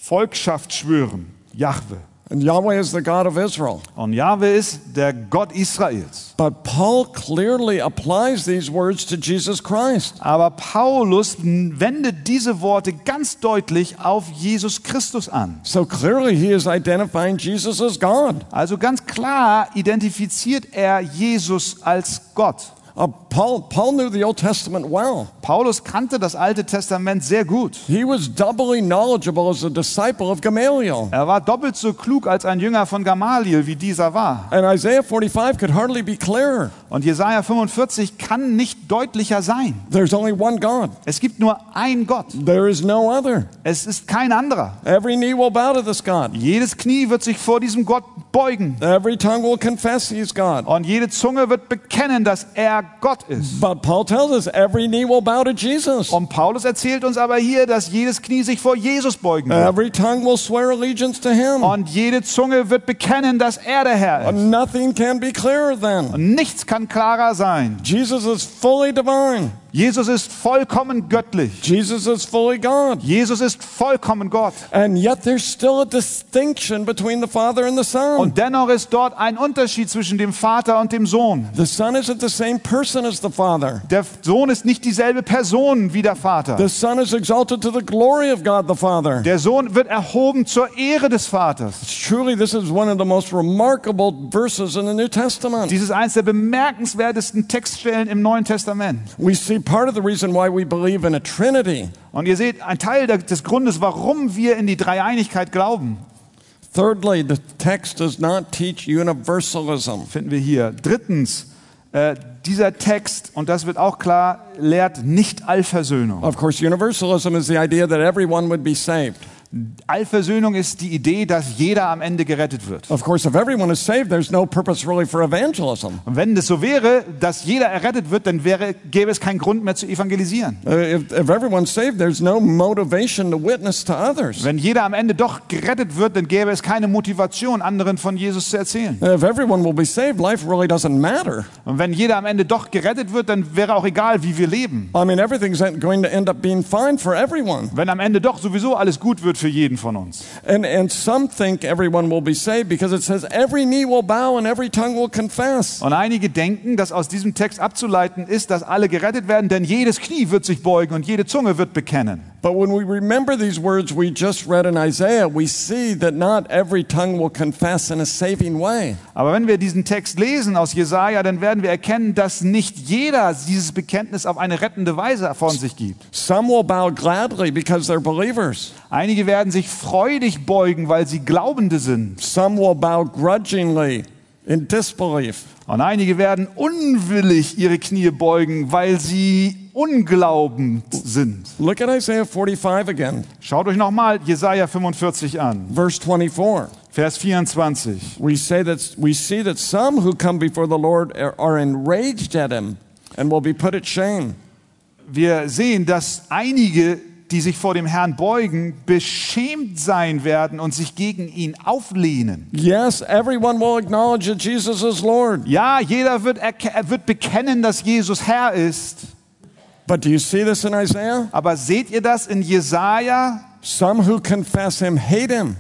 Volkschaft schwören. Jahwe.
And Yahweh is the God of Israel.
Und Jahwe ist der Gott Israels.
But Paul clearly applies these words to Jesus Christ.
Aber Paulus wendet diese Worte ganz deutlich auf Jesus Christus an.
So clearly he is identifying Jesus as God.
Also ganz klar identifiziert er Jesus als Gott.
Uh, Paul, Paul knew the Old Testament well.
Paulus kannte das Alte Testament sehr gut.
He was doubly knowledgeable as a disciple of Gamaliel.
Er war doppelt so klug als ein Jünger von Gamaliel, wie dieser war.
And Isaiah 45 could hardly be clearer.
Und Jesaja 45 kann nicht deutlicher sein.
There's only one God,
Es gibt nur einen Gott.
there is no other.
Es ist kein anderer.
Every knee will bow to this God,
Jedes Knie wird sich vor diesem Gott beugen.
every tongue will confess he's God.
Und jede Zunge wird bekennen, dass er Gott ist.
But Paul tells us every knee will bow to Jesus,
Und Paulus erzählt uns aber hier, dass jedes Knie sich vor Jesus beugen wird.
every tongue will swear allegiance to him.
Und jede Zunge wird bekennen, dass er der Herr ist.
Nothing can be clearer than.
Und nichts kann klarer sein.
Jesus is fully divine.
Jesus ist vollkommen göttlich.
Jesus is fully God.
Jesus ist vollkommen Gott.
And yet there's still a distinction between the Father and the Son.
Und dennoch ist dort ein Unterschied zwischen dem Vater und dem Sohn.
The Son isn't the same person as the Father.
Der Sohn ist nicht dieselbe Person wie der Vater.
The Son is exalted to the glory of God the Father.
Der Sohn wird erhoben zur Ehre des Vaters.
Truly, this is one of the most remarkable verses in the New Testament.
Dies ist eines der bemerkenswertesten Textstellen im Neuen Testament.
We see part of the reason why we believe in a Trinity.
Und ihr seht, ein Teil der- des Grundes, warum wir in die Dreieinigkeit glauben,
Thirdly, the text does not teach universalism.
finden wir hier. Drittens, äh, dieser Text, und das wird auch klar, lehrt nicht Allversöhnung.
Of course, universalism is the idea that everyone would be saved.
Allversöhnung ist die Idee, dass jeder am Ende gerettet wird.
Of course, if everyone is saved, there's no purpose really for evangelism.
Und wenn das so wäre, dass jeder errettet wird, dann wäre, gäbe es keinen Grund mehr zu evangelisieren.
Uh, If, if everyone's saved, there's no motivation to witness to others.
Wenn jeder am Ende doch gerettet wird, dann gäbe es keine Motivation, anderen von Jesus zu erzählen.
If everyone will be saved, life really doesn't matter.
Und wenn jeder am Ende doch gerettet wird, dann wäre auch egal, wie wir leben.
I mean, everything's going to end up being fine for everyone.
Wenn am Ende doch sowieso alles gut wird für jeden von uns.
And, and some think everyone will be saved because it says every knee will bow and every tongue will confess.
Und einige denken, dass aus diesem Text abzuleiten ist, dass alle gerettet werden, denn jedes Knie wird sich beugen und jede Zunge wird bekennen.
But when we remember these words we just read in Isaiah, we see that not every tongue will confess in a saving way.
Aber wenn wir diesen Text lesen aus Jesaja, dann werden wir erkennen, dass nicht jeder dieses Bekenntnis auf eine rettende Weise von sich gibt.
Some will bow gladly because they're believers.
Einige werden sich freudig beugen, weil sie Glaubende sind.
Some will bow grudgingly in disbelief.
Und einige werden unwillig ihre Knie beugen, weil sie unglaubend sind.
Look at Isaiah 45 again,
Schaut euch nochmal Jesaja 45 an,
verse 24.
Vers 24.
We say that we see that some who come before the Lord are, are enraged at him and will be put at shame.
wir sehen, dass einige, die sich vor dem Herrn beugen, beschämt sein werden und sich gegen ihn auflehnen.
Yes, everyone will acknowledge that Jesus is Lord.
Ja, jeder wird, erke- wird bekennen, dass Jesus Herr ist.
But do you see this in Isaiah?
Aber seht ihr das in Jesaja?
Some who confess him hate him.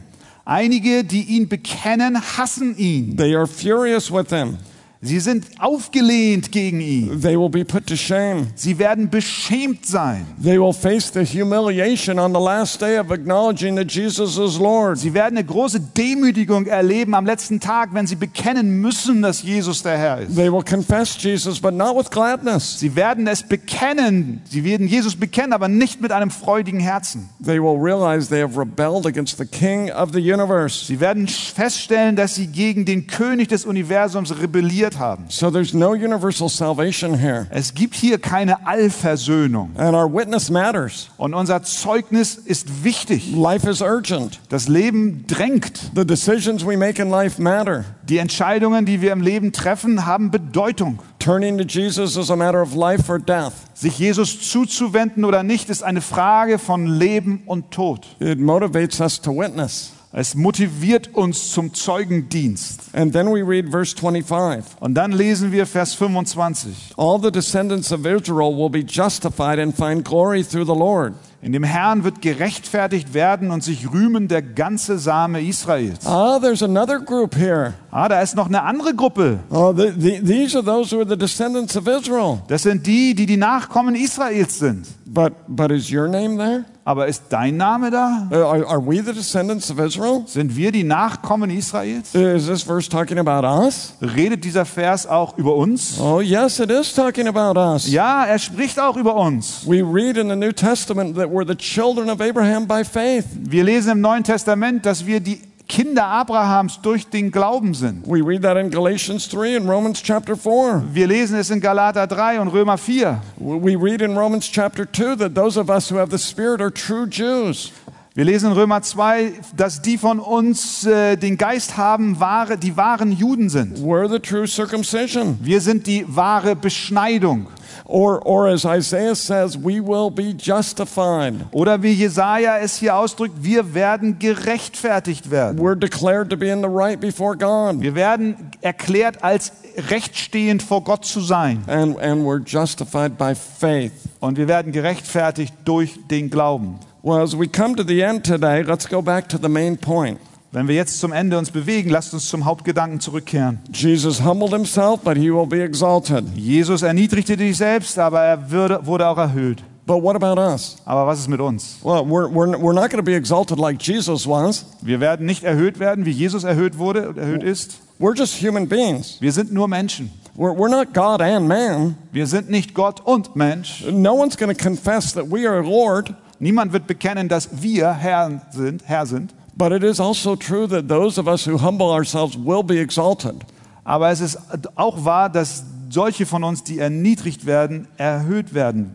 Einige, die ihn bekennen, hassen ihn.
They are furious with him.
Sie sind aufgelehnt gegen ihn.
They will be put to shame.
Sie werden beschämt sein.
They will face the humiliation on the last day of acknowledging that Jesus is Lord.
Sie werden eine große Demütigung erleben am letzten Tag, wenn sie bekennen müssen, dass Jesus der Herr ist.
They will confess Jesus, but not with gladness.
Sie werden es bekennen. Sie werden Jesus bekennen, aber nicht mit einem freudigen Herzen.
They will realize they have rebelled against the King of the universe.
Sie werden feststellen, dass sie gegen den König des Universums rebelliert haben.
So there's no universal salvation here.
Es gibt hier keine Allversöhnung.
And our witness matters.
Und unser Zeugnis ist wichtig.
Life is urgent.
Das Leben drängt.
The decisions we make in life matter.
Die Entscheidungen, die wir im Leben treffen, haben Bedeutung.
Turning to Jesus is a matter of life or death.
Sich Jesus zuzuwenden oder nicht, ist eine Frage von Leben und Tod.
It motivates us to witness.
Es motiviert uns zum Zeugendienst.
And then we read verse 25.
Und dann lesen wir Vers 25.
All the descendants of Israel will be justified and find glory through the Lord.
In dem Herrn wird gerechtfertigt werden und sich rühmen der ganze Same Israels.
Ah, there's another group here.
Ah, da ist noch eine andere Gruppe.
Oh, the, the, these are those who are the descendants of Israel.
Das sind die, die die Nachkommen Israels sind.
But, but is your name there?
Aber ist dein Name da?
Uh, Are, are we the descendants of Israel?
Sind wir die Nachkommen Israels?
Is this verse talking about us?
Redet dieser Vers auch über uns?
Oh, yes, it is talking about us.
Ja, er spricht auch über uns.
We read in the New Testament that we're the children of Abraham by faith.
Wir lesen im Neuen Testament, dass wir die Kinder Abrahams durch den Glauben sind.
We read that in Galatians 3 and Romans chapter 4.
Wir lesen es in Galater 3 und Römer 4.
We we read in Romans chapter 2 that those of us who have the Spirit are true Jews.
Wir lesen in Römer 2, dass die von uns äh, den Geist haben, wahre, die wahren Juden sind.
We're the true circumcision.
Wir sind die wahre Beschneidung.
Or, or as Isaiah says, we will be justified.
Oder wie Jesaja es hier ausdrückt, wir werden gerechtfertigt werden.
We're declared to be in the right before God.
Wir werden erklärt, als rechtstehend vor Gott zu sein.
And, and we're justified by faith.
Und wir werden gerechtfertigt durch den Glauben.
Well, as we come to the end today, let's go back to the main point.
Wenn wir jetzt zum Ende uns bewegen, lasst uns zum Hauptgedanken zurückkehren.
Jesus humbled himself, but he will be exalted.
Jesus erniedrigte dich selbst, aber er würde, wurde auch erhöht.
But what about us?
Aber was ist mit uns?
Well, we're, we're, we're not going to be exalted like Jesus was.
Wir werden nicht erhöht werden, wie Jesus erhöht wurde und erhöht ist.
We're just human beings.
Wir sind nur Menschen.
We're, we're not God and man.
Wir sind nicht Gott und Mensch.
No one's going to confess that we are Lord,
Niemand wird bekennen, dass wir Herren sind, Herr sind.
but it is also true that those of us who humble ourselves will be exalted.
Aber es ist auch wahr, dass solche von uns, die erniedrigt werden, erhöht werden.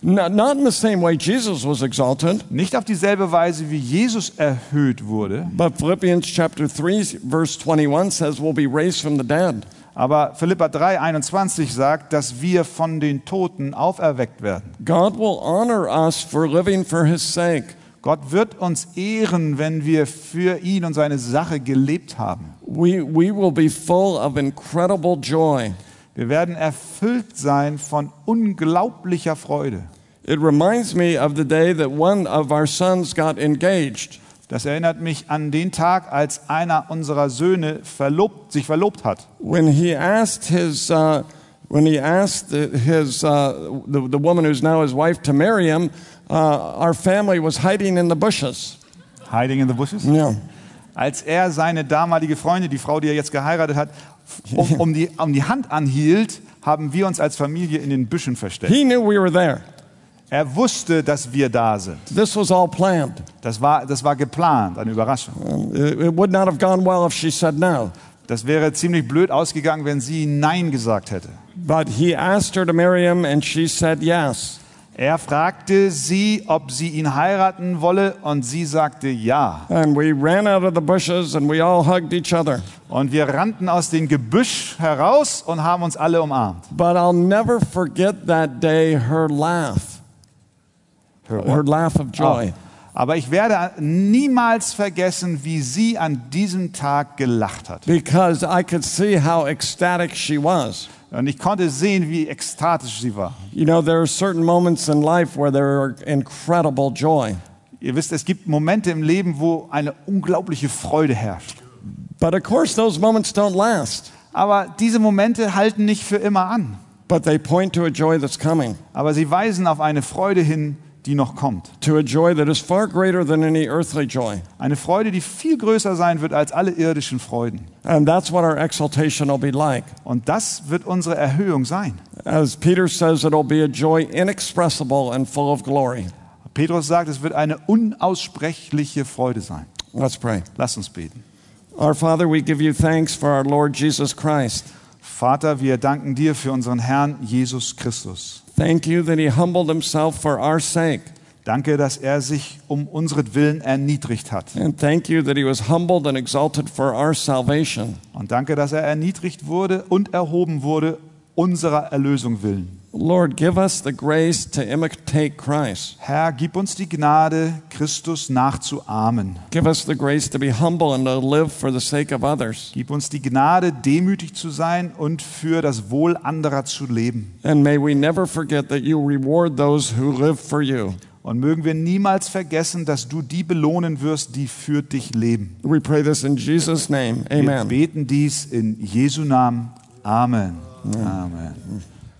Not, not in the same way Jesus was exalted,
Nicht auf dieselbe Weise, wie Jesus erhöht wurde,
but Philippians chapter 3, verse 21 says we'll be raised from the dead.
aber Philippa 3, 21 sagt, dass wir von den Toten auferweckt werden.
God will honor us for living for his sake.
Gott wird uns ehren, wenn wir für ihn und seine Sache gelebt haben.
We, we will be full of incredible joy.
Wir werden erfüllt sein von unglaublicher Freude.
It reminds me of the day that one of our sons got engaged.
Das erinnert mich an den Tag, als einer unserer Söhne verlobt, sich verlobt hat.
When he asked his, uh, when he asked his, uh, the, the woman who's now his wife to marry him, uh, our family was hiding in the bushes.
Hiding in the bushes?
Yeah.
Als er seine damalige Freundin, die Frau, die er jetzt geheiratet hat, um, um, die, um die Hand anhielt, haben wir uns als Familie in den Büschen versteckt.
He knew we were there.
Er wusste, dass wir da sind.
This was all planned.
Das war, das war geplant, eine Überraschung.
Um, It, it would not have gone well if she said no.
Das wäre ziemlich blöd ausgegangen, wenn sie Nein gesagt hätte.
But he asked her to marry him, and she said yes.
Er fragte sie, ob sie ihn heiraten wolle, und sie sagte ja.
And we ran out of the bushes and we all hugged each other.
Und wir rannten aus dem Gebüsch heraus und haben uns alle umarmt.
But I'll never forget that day, her laugh, her laugh of
Oh.
joy.
Aber ich werde niemals vergessen, wie sie an diesem Tag gelacht hat.
Because I could see how ecstatic she was.
Und ich konnte sehen, wie ekstatisch sie war.
You know, there are certain moments in life where there are incredible joy.
Ihr wisst, es gibt Momente im Leben, wo eine unglaubliche Freude herrscht.
But of course, those moments don't last.
Aber diese Momente halten nicht für immer an.
but they point to a joy that's coming,
Aber sie weisen auf eine Freude hin, die noch kommt.
to a joy that is far greater than any earthly joy.
Eine Freude, die viel größer sein wird als alle irdischen Freuden.
And that's what our exaltation will be like.
Und das wird unsere Erhöhung sein.
As Peter says, it'll be a joy inexpressible and full of glory.
Petrus sagt, es wird eine unaussprechliche Freude sein.
Let's pray.
Lass uns beten.
Our Father, we give you thanks for our Lord Jesus Christ.
Vater, wir danken dir für unseren Herrn Jesus Christus.
Thank you that he humbled himself for our sake.
Danke, dass er sich um unseren Willen erniedrigt hat.
And thank you that he was humbled and exalted for our salvation.
Und danke, dass er erniedrigt wurde und erhoben wurde unserer Erlösung willen.
Lord, give us the grace to imitate Christ.
Herr, gib uns die Gnade, Christus nachzuahmen.
Give us the grace to be humble and to live for the sake of others.
Gib uns die Gnade, demütig zu sein und für das Wohl anderer zu leben.
And may we never forget that you reward those who live for you.
Und mögen wir niemals vergessen, dass du die belohnen wirst, die für dich leben.
We pray this in Jesus' name.
Wir
Amen.
beten dies in Jesu Namen. Amen. Amen.